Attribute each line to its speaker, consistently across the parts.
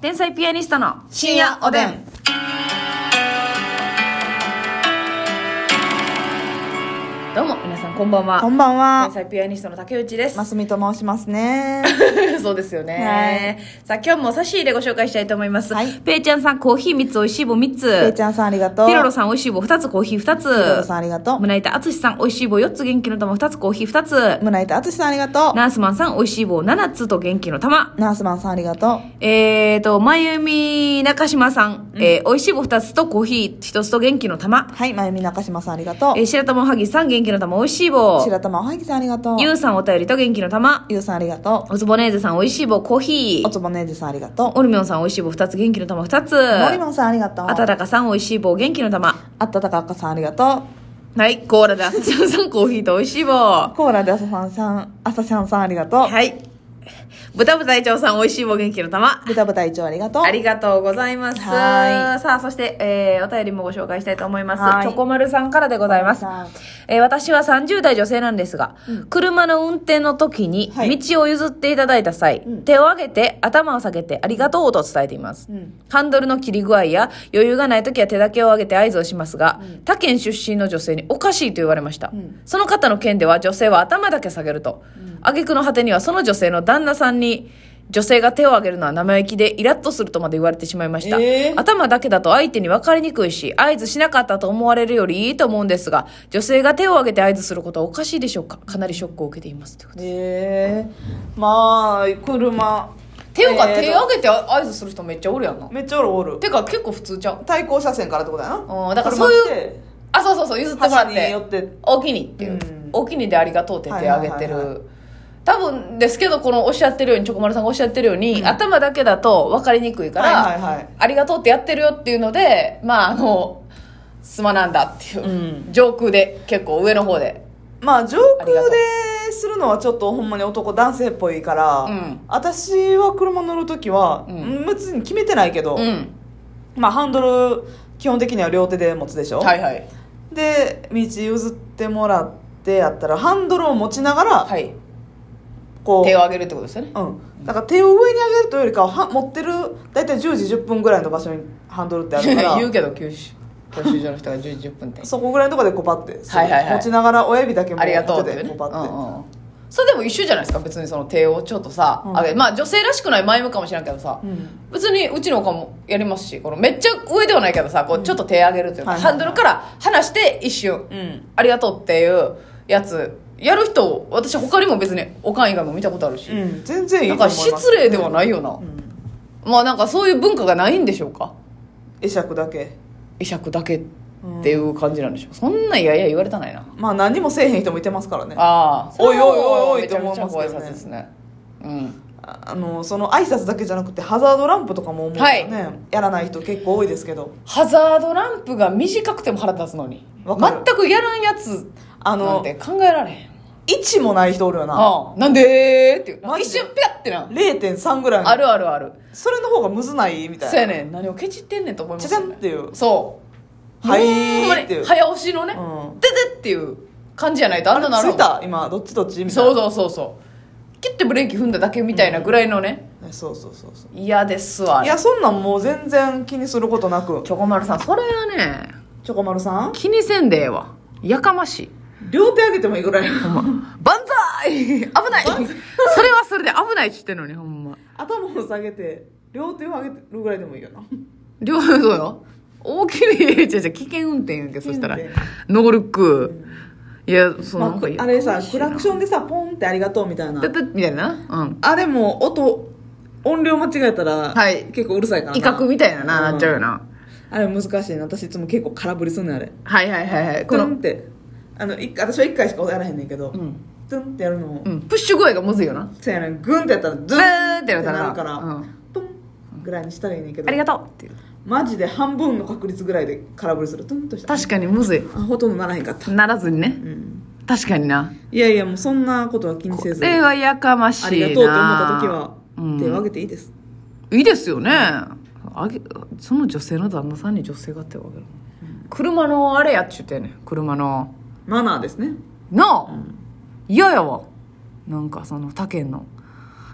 Speaker 1: 天才ピアニストの
Speaker 2: 深夜おでん。
Speaker 1: どうも皆さんこんばんは
Speaker 2: こんばん
Speaker 1: 天
Speaker 2: は。
Speaker 1: 才ピアニストの竹内です、
Speaker 2: ますみと申しますね。
Speaker 1: そうですよね、さあ今日も差し入れご紹介したいと思います、
Speaker 2: はい
Speaker 1: ペイちゃんさんコーヒー3つ美味しい棒3つ
Speaker 2: ペイちゃんさんありがとう。
Speaker 1: ピロロ
Speaker 2: さ
Speaker 1: さん美味しい棒2つコーヒー2つ
Speaker 2: ん。ピロロさんありがと
Speaker 1: 胸板淳さん美味しい棒4つ元気の玉2つコーヒー2つ
Speaker 2: う。村井とあつしさんありがとう。
Speaker 1: ナースマンさん美味しい棒7つと元気の玉
Speaker 2: ナースマンさんありがと
Speaker 1: えーと、まゆみ中島さん、えー美味しい棒2つとコーヒー1つと元気の
Speaker 2: う。
Speaker 1: 玉、
Speaker 2: はい、まゆみ中島さんありがとう
Speaker 1: え。ー白玉おはぎさん元気の玉美味しい棒
Speaker 2: 白玉おはぎさんありがとう。
Speaker 1: ゆうさんお便りと元気の玉
Speaker 2: ゆうさんありがと
Speaker 1: おつぼねーぜさん美味しい棒コーヒ
Speaker 2: う。お
Speaker 1: ー
Speaker 2: つぼねーじさんありがと
Speaker 1: オルミョンさん美味しい棒2つ元気の玉2つ
Speaker 2: う。もりもんさんありがとう。
Speaker 1: あたたかさん美味しい棒元気の玉
Speaker 2: あったたかあかさんありがと。
Speaker 1: はいコーラであさちゃんさんコーヒーと美味しいう棒
Speaker 2: コーラであささんさん、あさちゃんさんありがとう。
Speaker 1: はい豚豚隊長さん美味しい棒元気の玉
Speaker 2: ぶたぶた一応ありがとう。
Speaker 1: ありがとうございます。
Speaker 2: は
Speaker 1: さあ、そして、えーお便りもご紹介したいと思いま
Speaker 2: は
Speaker 1: す。チ
Speaker 2: い
Speaker 1: ョコマルさんからでございます
Speaker 2: チョコマル。
Speaker 1: えー私は30代女性なんですが、車の運転の時に
Speaker 2: はい
Speaker 1: 道を譲っていただいた際、
Speaker 2: うん
Speaker 1: 手を上げて頭を下げてありがとうと伝えています。
Speaker 2: うん
Speaker 1: ハンドルの切り具合や余裕がない時は手だけを上げて合図をしますが、他県出身の女性におかしいと言われました、
Speaker 2: ん
Speaker 1: その方の件では女性は頭だけ下げると、挙句の果てにはその女性の旦那さんに女性が手を挙げるのは生意気でイラッとするとまで言われてしまいました、
Speaker 2: えー
Speaker 1: 頭だけだと相手に分かりにくいし合図しなかったと思われるよりいいと思うんですが女性が手を挙げて合図することはおかしいでしょうかかなりショックを受けていますということで
Speaker 2: えー、まあ、車。
Speaker 1: ていうか
Speaker 2: えーと
Speaker 1: 手を挙げて合図する人めっちゃおるやんな
Speaker 2: めっちゃおるおる。
Speaker 1: てか結構普通ちゃう
Speaker 2: 対向車線からってことや
Speaker 1: う
Speaker 2: な。
Speaker 1: んだからそういう
Speaker 2: 車って
Speaker 1: あそうそうそう譲ってもらっ
Speaker 2: 橋に
Speaker 1: て
Speaker 2: よって
Speaker 1: お気に入っていう、
Speaker 2: うん
Speaker 1: お気に入りでありがとうって手挙げてる、
Speaker 2: はいはいはいは
Speaker 1: 多分ですけどこのおっしゃってるようにチョコマルさんがおっしゃってるように、頭だけだと分かりにくいから、
Speaker 2: はいはいはい
Speaker 1: ありがとうってやってるよっていうのでまああのすまなんだっていう、
Speaker 2: う
Speaker 1: 上空で結構上の方で
Speaker 2: まあ上
Speaker 1: ありがと
Speaker 2: 空でするのはちょっとほんまに男男性っぽいから、
Speaker 1: うん
Speaker 2: 私は車乗る時は、
Speaker 1: うん
Speaker 2: 別に決めてないけど、
Speaker 1: うん
Speaker 2: まあハンドル基本的には両手で持つでしょ、
Speaker 1: はいはい
Speaker 2: で道譲ってもらってやったらハンドルを持ちながら
Speaker 1: はい
Speaker 2: こう、
Speaker 1: 手を挙げるってことですよね
Speaker 2: うん、だから手を上に上げるというよりかはは持ってる大体10時10分ぐらいの場所にハンドルってある か
Speaker 1: 言う
Speaker 2: ら
Speaker 1: けど九州教習所の人が10時10分って
Speaker 2: そこぐらいのところでこうパッて、
Speaker 1: はいはいはい
Speaker 2: 持ちながら親指だけも
Speaker 1: ありがとうっていうね
Speaker 2: 手でこうパッて、
Speaker 1: うんうんそれでも一緒じゃないですか別にその手をちょっとさ、
Speaker 2: うん
Speaker 1: あげまあ女性らしくない前向かもしれんけどさ、
Speaker 2: うん
Speaker 1: 別にうちのおかんもやりますしこのめっちゃ上ではないけどさこうちょっと手上げるというか、
Speaker 2: はいはい
Speaker 1: ハンドルから離して一瞬、
Speaker 2: うん
Speaker 1: ありがとうっていうやつやる人私他にも別におかん以外も見たことあるし、
Speaker 2: うん、全然いいと
Speaker 1: なん
Speaker 2: 思い
Speaker 1: か
Speaker 2: ます
Speaker 1: 失礼ではないよな、
Speaker 2: ん
Speaker 1: まあなんかそういう文化がないんでしょうか
Speaker 2: 会釈だけ
Speaker 1: 会釈だけっていう感じなんでしょう、そんないやいや言われたないな
Speaker 2: まあ何もせえへん人もいてますからね
Speaker 1: あ
Speaker 2: あ
Speaker 1: あ
Speaker 2: おいおいおいおい
Speaker 1: め
Speaker 2: って
Speaker 1: ちゃめ
Speaker 2: 思い
Speaker 1: ちゃ
Speaker 2: ます
Speaker 1: ご
Speaker 2: け
Speaker 1: 挨
Speaker 2: どね
Speaker 1: 拶ですねうん
Speaker 2: のその挨拶だけじゃなくてハザードランプとかも思うからね、やらない人結構多いですけど
Speaker 1: ハザードランプが短くても腹立つのに
Speaker 2: わかる
Speaker 1: 全くやらんやつ
Speaker 2: あ
Speaker 1: なん
Speaker 2: の
Speaker 1: て考えられへん
Speaker 2: 位置もない人おるよな
Speaker 1: ああなんでーっていう
Speaker 2: マ
Speaker 1: 一
Speaker 2: ジで
Speaker 1: 瞬ピャってな
Speaker 2: 0.3ぐらいの
Speaker 1: あるあるある
Speaker 2: それの方がむずないみたいな
Speaker 1: そうやねん何をケチってんねんと思いま
Speaker 2: チャ
Speaker 1: す
Speaker 2: チ
Speaker 1: よ
Speaker 2: ャンっ
Speaker 1: ね
Speaker 2: ていう、
Speaker 1: そう
Speaker 2: はい
Speaker 1: ほんまに
Speaker 2: っていう
Speaker 1: 早押しのね
Speaker 2: うん
Speaker 1: ででっていう感じじゃないとあんなのあ
Speaker 2: 着
Speaker 1: る
Speaker 2: いた今どっちどっちみたい
Speaker 1: そう
Speaker 2: な
Speaker 1: そうそうそうキュッてブレーキ踏んだだけみたいなぐらいのね
Speaker 2: そうそうそうそう
Speaker 1: 嫌ですわ
Speaker 2: いやそんなんもう全然気にすることなく
Speaker 1: チョコマルさんそれはね
Speaker 2: チョコマルさん
Speaker 1: 気にせんでええわやかましい
Speaker 2: 両手上げてもいいぐらい
Speaker 1: ほんま万歳 危ないそれはそれで危ないって言ってんのにほんま
Speaker 2: 頭を下げて両手を上げてるぐらいでもいいよな
Speaker 1: 両方どうよ大きいじゃじゃ危険運転やんけそしたら
Speaker 2: 危険
Speaker 1: ノールック、いやその
Speaker 2: ま
Speaker 1: な
Speaker 2: あ
Speaker 1: ん
Speaker 2: く
Speaker 1: かいい、
Speaker 2: あれさ
Speaker 1: 悲しい
Speaker 2: ク
Speaker 1: な
Speaker 2: ラクションでさポンってありがとうみたいな
Speaker 1: ペペみたいなうん
Speaker 2: あれも音音量間違えたら、
Speaker 1: はい
Speaker 2: 結構うるさいからな
Speaker 1: 威嚇みたいなな、
Speaker 2: うん
Speaker 1: なっちゃうよな
Speaker 2: あれ難しいな私いつも結構空振りすんねんあれ
Speaker 1: はいはいはいはいこ
Speaker 2: トゥン
Speaker 1: の
Speaker 2: ってあのい私は1回しかやらへんねんけど、
Speaker 1: うん、
Speaker 2: トゥンってやるのも、
Speaker 1: うん、プッシュ具合がむずいよな
Speaker 2: そうやねんグンってやったら
Speaker 1: ブ
Speaker 2: ズン
Speaker 1: ーンってなった
Speaker 2: な
Speaker 1: ら
Speaker 2: るから、
Speaker 1: うん、
Speaker 2: トンぐらいにしたらいいねんけど
Speaker 1: ありがとうっていう
Speaker 2: マジで半分の確率ぐらいで空振りするトゥンとした
Speaker 1: 確かにむずい
Speaker 2: あほとんどならへんかった、
Speaker 1: ならずにね
Speaker 2: うん、
Speaker 1: 確かにない
Speaker 2: やいやもうそんなことは気にせ
Speaker 1: こ
Speaker 2: ず
Speaker 1: れはやかましいな
Speaker 2: ありがとうって思った時は
Speaker 1: うん
Speaker 2: 手を挙げていいです、
Speaker 1: いいですよねあげその女性の旦那さんに女性がってわけだ車のあれやっちゅうてんねん車の
Speaker 2: マナーですね
Speaker 1: なあ嫌やわなんかその他県の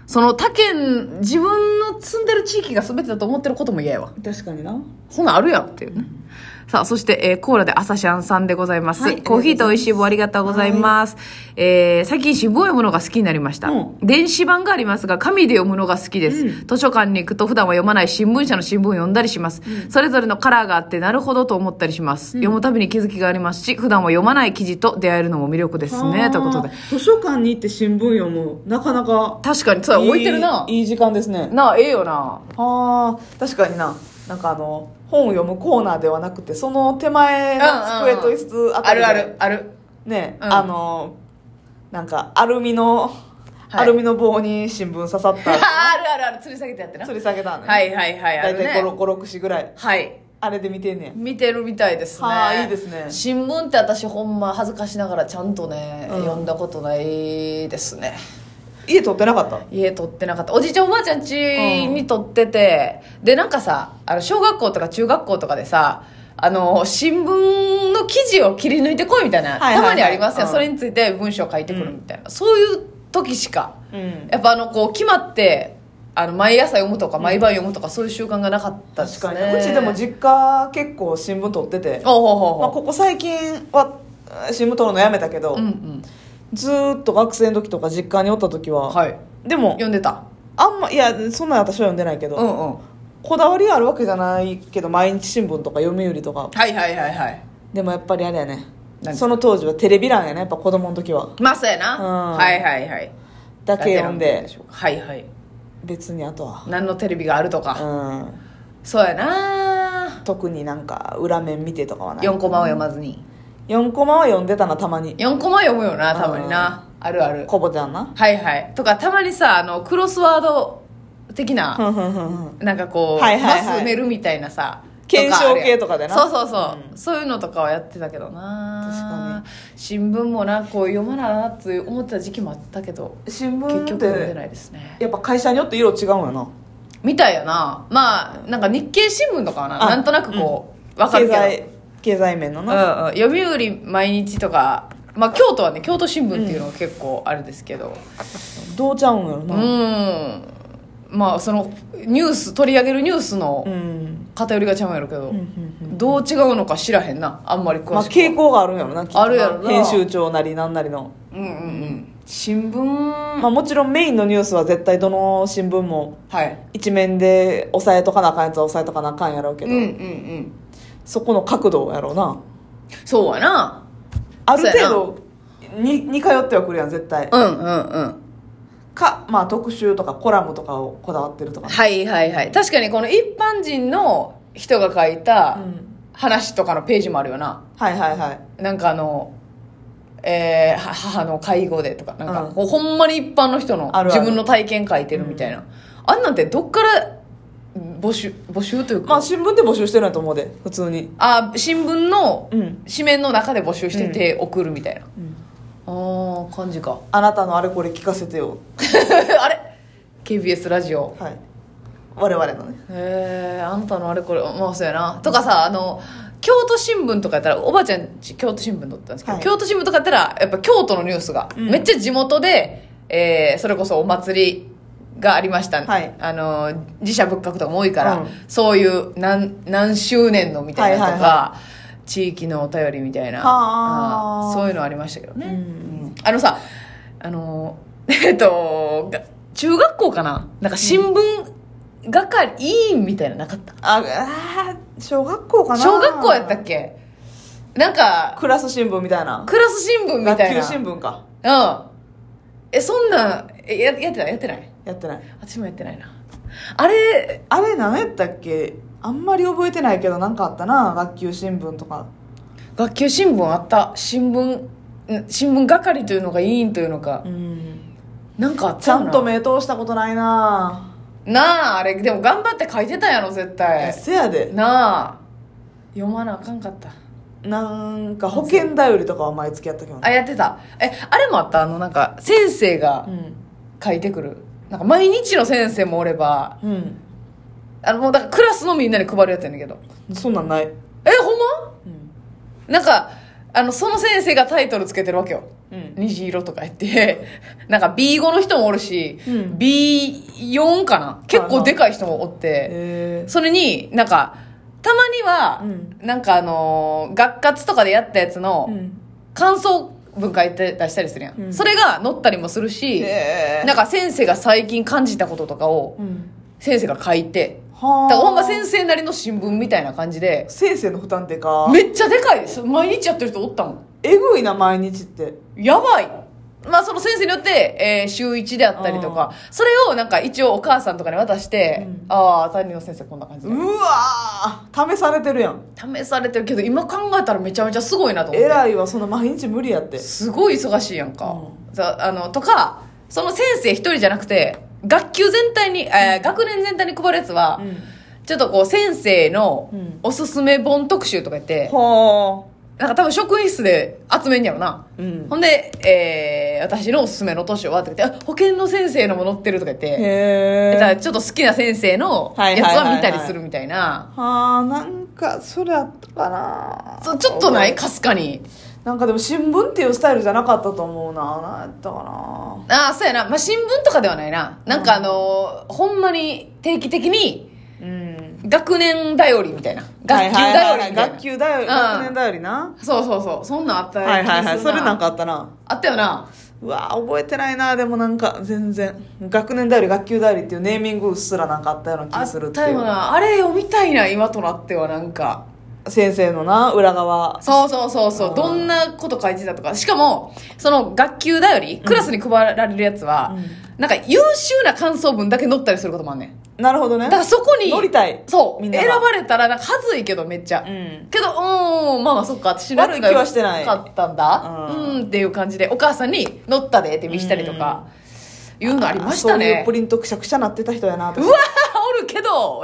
Speaker 1: その他県自分の住んでる地域が全てだと思ってることも嫌やわ
Speaker 2: 確かにな
Speaker 1: そんなんあるやんっていうねさあそして、えーコーラで朝シャンさんでございます、
Speaker 2: はい
Speaker 1: コーヒーと美味しい棒ありがとうございます、えー最近渋いものが好きになりました、
Speaker 2: うん
Speaker 1: 電子版がありますが紙で読むのが好きです、
Speaker 2: うん
Speaker 1: 図書館に行くと普段は読まない新聞社の新聞を読んだりします、それぞれのカラーがあってなるほどと思ったりします、読むたびに気づきがありますし普段は読まない記事と出会えるのも魅力ですねということで
Speaker 2: 図書館に行って新聞読むなかなか
Speaker 1: 確かにそうや置いてるない
Speaker 2: いいい時間ですね
Speaker 1: なあええよな
Speaker 2: はあ確かにななんかあの本を読むコーナーではなくてその手前の机と椅子あたりで、
Speaker 1: ある
Speaker 2: ね、
Speaker 1: うん
Speaker 2: あのなんかアルミの、
Speaker 1: はい
Speaker 2: アルミの棒に新聞刺さった
Speaker 1: あるあるある吊り下げてやってな
Speaker 2: 吊り下げたね、
Speaker 1: はいはいはいあ
Speaker 2: 大
Speaker 1: る
Speaker 2: 体
Speaker 1: ね
Speaker 2: 56ぐらい
Speaker 1: はい
Speaker 2: あれで見てんねん
Speaker 1: 見てるみたいですね
Speaker 2: はあいいですね
Speaker 1: 新聞って私ほんま恥ずかしながらちゃんとね、
Speaker 2: うん
Speaker 1: 読んだことないですね
Speaker 2: 家撮ってなかった
Speaker 1: 家取ってなかったおじいちゃんおばあちゃん家に取ってて、でなんかさあの小学校とか中学校とかでさあの新聞の記事を切り抜いてこいみたいな、
Speaker 2: いはいはい
Speaker 1: たまにありますよ、
Speaker 2: うん
Speaker 1: それについて文章書いてくるみたいな、そういう時しか
Speaker 2: うん
Speaker 1: やっぱあのこう決まってあの毎朝読むとか毎晩読むとかそういう習慣がなかったです
Speaker 2: 確
Speaker 1: ね
Speaker 2: かに、うちでも実家結構新聞撮ってて、まあ、
Speaker 1: おうほうほうほう、
Speaker 2: ここ最近は新聞撮るのやめたけど、
Speaker 1: うんうん
Speaker 2: ずーっと学生の時とか実家におった時は、
Speaker 1: はい
Speaker 2: でも
Speaker 1: 読んでた
Speaker 2: あんまいやそんな私は読んでないけど、
Speaker 1: うんうんは
Speaker 2: こだわりがあるわけじゃないけど毎日新聞とか読売とか
Speaker 1: いはいはいはい
Speaker 2: でもやっぱりあれやね
Speaker 1: 何
Speaker 2: その当時はテレビ欄やねやっぱ子供の時は
Speaker 1: まあそうやな、
Speaker 2: うん
Speaker 1: はいはいはい
Speaker 2: だけ読ん
Speaker 1: だけ
Speaker 2: で
Speaker 1: しょうかはいはい
Speaker 2: 別にあとは
Speaker 1: 何のテレビがあるとか、
Speaker 2: う
Speaker 1: そうやなん
Speaker 2: 特になんか裏面見てとかはない
Speaker 1: 4コマを読まずに
Speaker 2: 4コマは読んでたなたまに
Speaker 1: 4コマ読むよなたまにな、あるある
Speaker 2: こぼちゃんな
Speaker 1: はいはいとかたまにさあのクロスワード的な、
Speaker 2: ふんふんふんふん
Speaker 1: なんかこう、
Speaker 2: はいはいはい
Speaker 1: マス埋めるみたいなさ
Speaker 2: 検証
Speaker 1: あるやん
Speaker 2: 系とかでな
Speaker 1: そうそうそう、
Speaker 2: うん
Speaker 1: そういうのとかはやってたけどな新聞もなこう読まななって思ってた時期もあったけど
Speaker 2: 新
Speaker 1: 結
Speaker 2: 聞っ
Speaker 1: 局読んでな
Speaker 2: て
Speaker 1: いですね
Speaker 2: やっぱ会社によって色違うんやな
Speaker 1: みたいやなまあなんか日経新聞とかはな
Speaker 2: あ
Speaker 1: なんとなくこう、わかるけど
Speaker 2: 経済経済面の
Speaker 1: う
Speaker 2: なん
Speaker 1: うん、読売毎日とかまあ京都はね京都新聞っていうのが結構あれですけど
Speaker 2: どうちゃうんやろ
Speaker 1: う
Speaker 2: なん
Speaker 1: まあそのニュース取り上げるニュースの
Speaker 2: うん
Speaker 1: 偏りがちゃうんやろうけど、
Speaker 2: うんうんうん
Speaker 1: どう違うのか知らへんなあんまり詳しくは、
Speaker 2: まあ傾向があるんやろなきっとな
Speaker 1: あるやろな
Speaker 2: 編集長なりなんなりの
Speaker 1: うんうんうん新聞、
Speaker 2: まあ、もちろんメインのニュースは絶対どの新聞も
Speaker 1: はい
Speaker 2: 一面で押さえとかなあかんやつは押さえとかなあかんやろうけ
Speaker 1: うん
Speaker 2: ど、
Speaker 1: うんうん
Speaker 2: そこの角度やろうな
Speaker 1: そうやな
Speaker 2: ある程度に似通ってはくるやん絶対、
Speaker 1: うんうんうん
Speaker 2: か、まあ、特集とかコラムとかをこだわってるとか、
Speaker 1: はいはいはい確かにこの一般人の人が書いうた
Speaker 2: ん、
Speaker 1: 話とかのページもあるよな
Speaker 2: はいはいはい
Speaker 1: なんかあのえーは母の介護でとかなんか、
Speaker 2: うん
Speaker 1: こうほんまに一般の人の
Speaker 2: あるある
Speaker 1: 自分の体験書いてるみたいなあんなんてどっから募集募集というか、
Speaker 2: まあ新聞で募集してるんやと思うで普通に
Speaker 1: あ新聞の
Speaker 2: うん、
Speaker 1: 紙面の中で募集してて送るみたいな、ああ感じか
Speaker 2: あなたのあれこれ聞かせてよ
Speaker 1: あれ KBS ラジオ
Speaker 2: はい我々のね
Speaker 1: へえあんたのあれこれまあそうやなとかさあの京都新聞とかやったらおばあちゃんち京都新聞だったんですけど、
Speaker 2: はい
Speaker 1: 京都新聞とかやったらやっぱ京都のニュースが、
Speaker 2: うん
Speaker 1: めっちゃ地元で、えーそれこそお祭りがありました、
Speaker 2: はい
Speaker 1: あの自社仏閣とかも多いから、
Speaker 2: うん
Speaker 1: そういう何何周年のみたいなとか、
Speaker 2: はいはい
Speaker 1: 地域のお便りみたいな
Speaker 2: はあ
Speaker 1: あーそういうのありましたけどね、
Speaker 2: うん
Speaker 1: うんあのさあの えっとが中学校かななんか新聞係、委員みたいなのなかった
Speaker 2: ああー小学校かな
Speaker 1: 小学校やったっけなんか
Speaker 2: クラス新聞みたいな
Speaker 1: クラス新聞みたい
Speaker 2: 学級
Speaker 1: な
Speaker 2: 新聞か
Speaker 1: うんえそんなんえややってたやってない
Speaker 2: やってない
Speaker 1: 私もやってないなあれ
Speaker 2: あれ何やったっけあんまり覚えてないけど何かあったな学級新聞とか
Speaker 1: 学級新聞あった新聞ん新聞係というのか委員というのか、
Speaker 2: うん
Speaker 1: なんかあっ
Speaker 2: ち
Speaker 1: た
Speaker 2: ゃ
Speaker 1: よなん
Speaker 2: と目通したことないな
Speaker 1: なああれでも頑張って書いてたやろ絶
Speaker 2: え
Speaker 1: 対
Speaker 2: せやで
Speaker 1: なあ読まなあかんかった
Speaker 2: なんか保険頼りとかは毎月やったけど
Speaker 1: あ
Speaker 2: ね
Speaker 1: やってたえあれもあったあのなんか先生が
Speaker 2: うん
Speaker 1: 書いてくるなんか毎日の先生もおれば
Speaker 2: うん
Speaker 1: あのもうだからクラスのみんなに配るやつやねんけど
Speaker 2: そんなんない
Speaker 1: えほんま
Speaker 2: うん
Speaker 1: なんかあのその先生がタイトルつけてるわけよ
Speaker 2: うん
Speaker 1: 虹色とかやって、 なんか B5 の人もおるし、
Speaker 2: うん
Speaker 1: B4 かな結構でかい人もおって、
Speaker 2: え
Speaker 1: それになんか、たまには、
Speaker 2: うん
Speaker 1: なんかあのー学活とかでやったやつ
Speaker 2: ーう
Speaker 1: の
Speaker 2: ん
Speaker 1: 感想文書いて出したりするやん。
Speaker 2: うん
Speaker 1: それが載ったりもするし、
Speaker 2: えー
Speaker 1: なんか先生が最近感じたこととかを
Speaker 2: うん
Speaker 1: 先生が書いて、
Speaker 2: は
Speaker 1: だ
Speaker 2: あ
Speaker 1: からほんま先生なりの新聞みたいな感じで、
Speaker 2: 先生の負担ってか
Speaker 1: めっちゃでかいです。毎日やってる人おったもん。
Speaker 2: えぐいな毎日って
Speaker 1: やばいまあその先生によって、えー週1であったりとか、それをなんか一応お母さんとかに渡して、
Speaker 2: うん
Speaker 1: ああ、担任の先生こんな感じで
Speaker 2: う。わー試されてるやん
Speaker 1: 試されてるけど、今考えたらめちゃめちゃすごいなと思って。
Speaker 2: 偉いわその毎日無理やって
Speaker 1: すごい忙しいやんか。さあの、とか、その先生一人じゃなくて、学級全体に、えー学年全体に配るやつは、ちょっとこう先生の
Speaker 2: うん
Speaker 1: おすすめ本特集とか言って、
Speaker 2: は
Speaker 1: なんか多分職員室で集めんやろな。
Speaker 2: あうん
Speaker 1: ほんで、えー私のおすすめの図書はって言って、あ保健の先生のも載ってるとか言って、
Speaker 2: へ
Speaker 1: だから
Speaker 2: え
Speaker 1: ちょっと好きな先生の
Speaker 2: はい
Speaker 1: や
Speaker 2: は
Speaker 1: つ
Speaker 2: いはいは
Speaker 1: は
Speaker 2: い
Speaker 1: 見たりするみたいな。
Speaker 2: はあなんかそれあったかな
Speaker 1: そうちょっとないかすかに。
Speaker 2: なんかでも新聞っていうスタイルじゃなかったと思うな何やったかな
Speaker 1: ああ、そうやな。まあ、新聞とかではないな。なんかあのーほんまに定期的に
Speaker 2: うん
Speaker 1: 学年頼りみたいな。学級
Speaker 2: はいはいはい
Speaker 1: 頼
Speaker 2: は
Speaker 1: り
Speaker 2: い
Speaker 1: みたいな。
Speaker 2: 学級だよ
Speaker 1: ん
Speaker 2: 学年だよりな
Speaker 1: そうそうそう。そんなんあった
Speaker 2: はいはいはい
Speaker 1: 気
Speaker 2: それな
Speaker 1: か。
Speaker 2: んかあったな
Speaker 1: あったよな。
Speaker 2: うわあ覚えてないなでもなんか全然学年だより学級だよりっていうネーミングうっすらなんかあったような気
Speaker 1: あ
Speaker 2: がする
Speaker 1: っ
Speaker 2: って
Speaker 1: た
Speaker 2: い
Speaker 1: よ
Speaker 2: う
Speaker 1: な。あれ読みたいな、今となってはなんか。
Speaker 2: 先生のな裏側
Speaker 1: そうそうそうそ
Speaker 2: あ
Speaker 1: う
Speaker 2: ー
Speaker 1: どんなこと書いてたとかしかもその学級だよりクラスに配られるやつは、
Speaker 2: う
Speaker 1: なんか優秀な感想文だけ載ったりすることもあんねん
Speaker 2: なるほどね
Speaker 1: だからそこに
Speaker 2: 乗りたい
Speaker 1: そう
Speaker 2: みんな
Speaker 1: 選
Speaker 2: が
Speaker 1: ばれたらなんかはずいけどめっちゃ、
Speaker 2: うん
Speaker 1: けどうーんまあまあそっか私のやつが
Speaker 2: 悪い気はしてない
Speaker 1: かったんだう
Speaker 2: うん
Speaker 1: んっていう感じでお母さんに「乗ったで」って見したりとかいうのありました
Speaker 2: そういう
Speaker 1: ね
Speaker 2: プリントくしゃくしゃなってた人やな私
Speaker 1: うわおるけど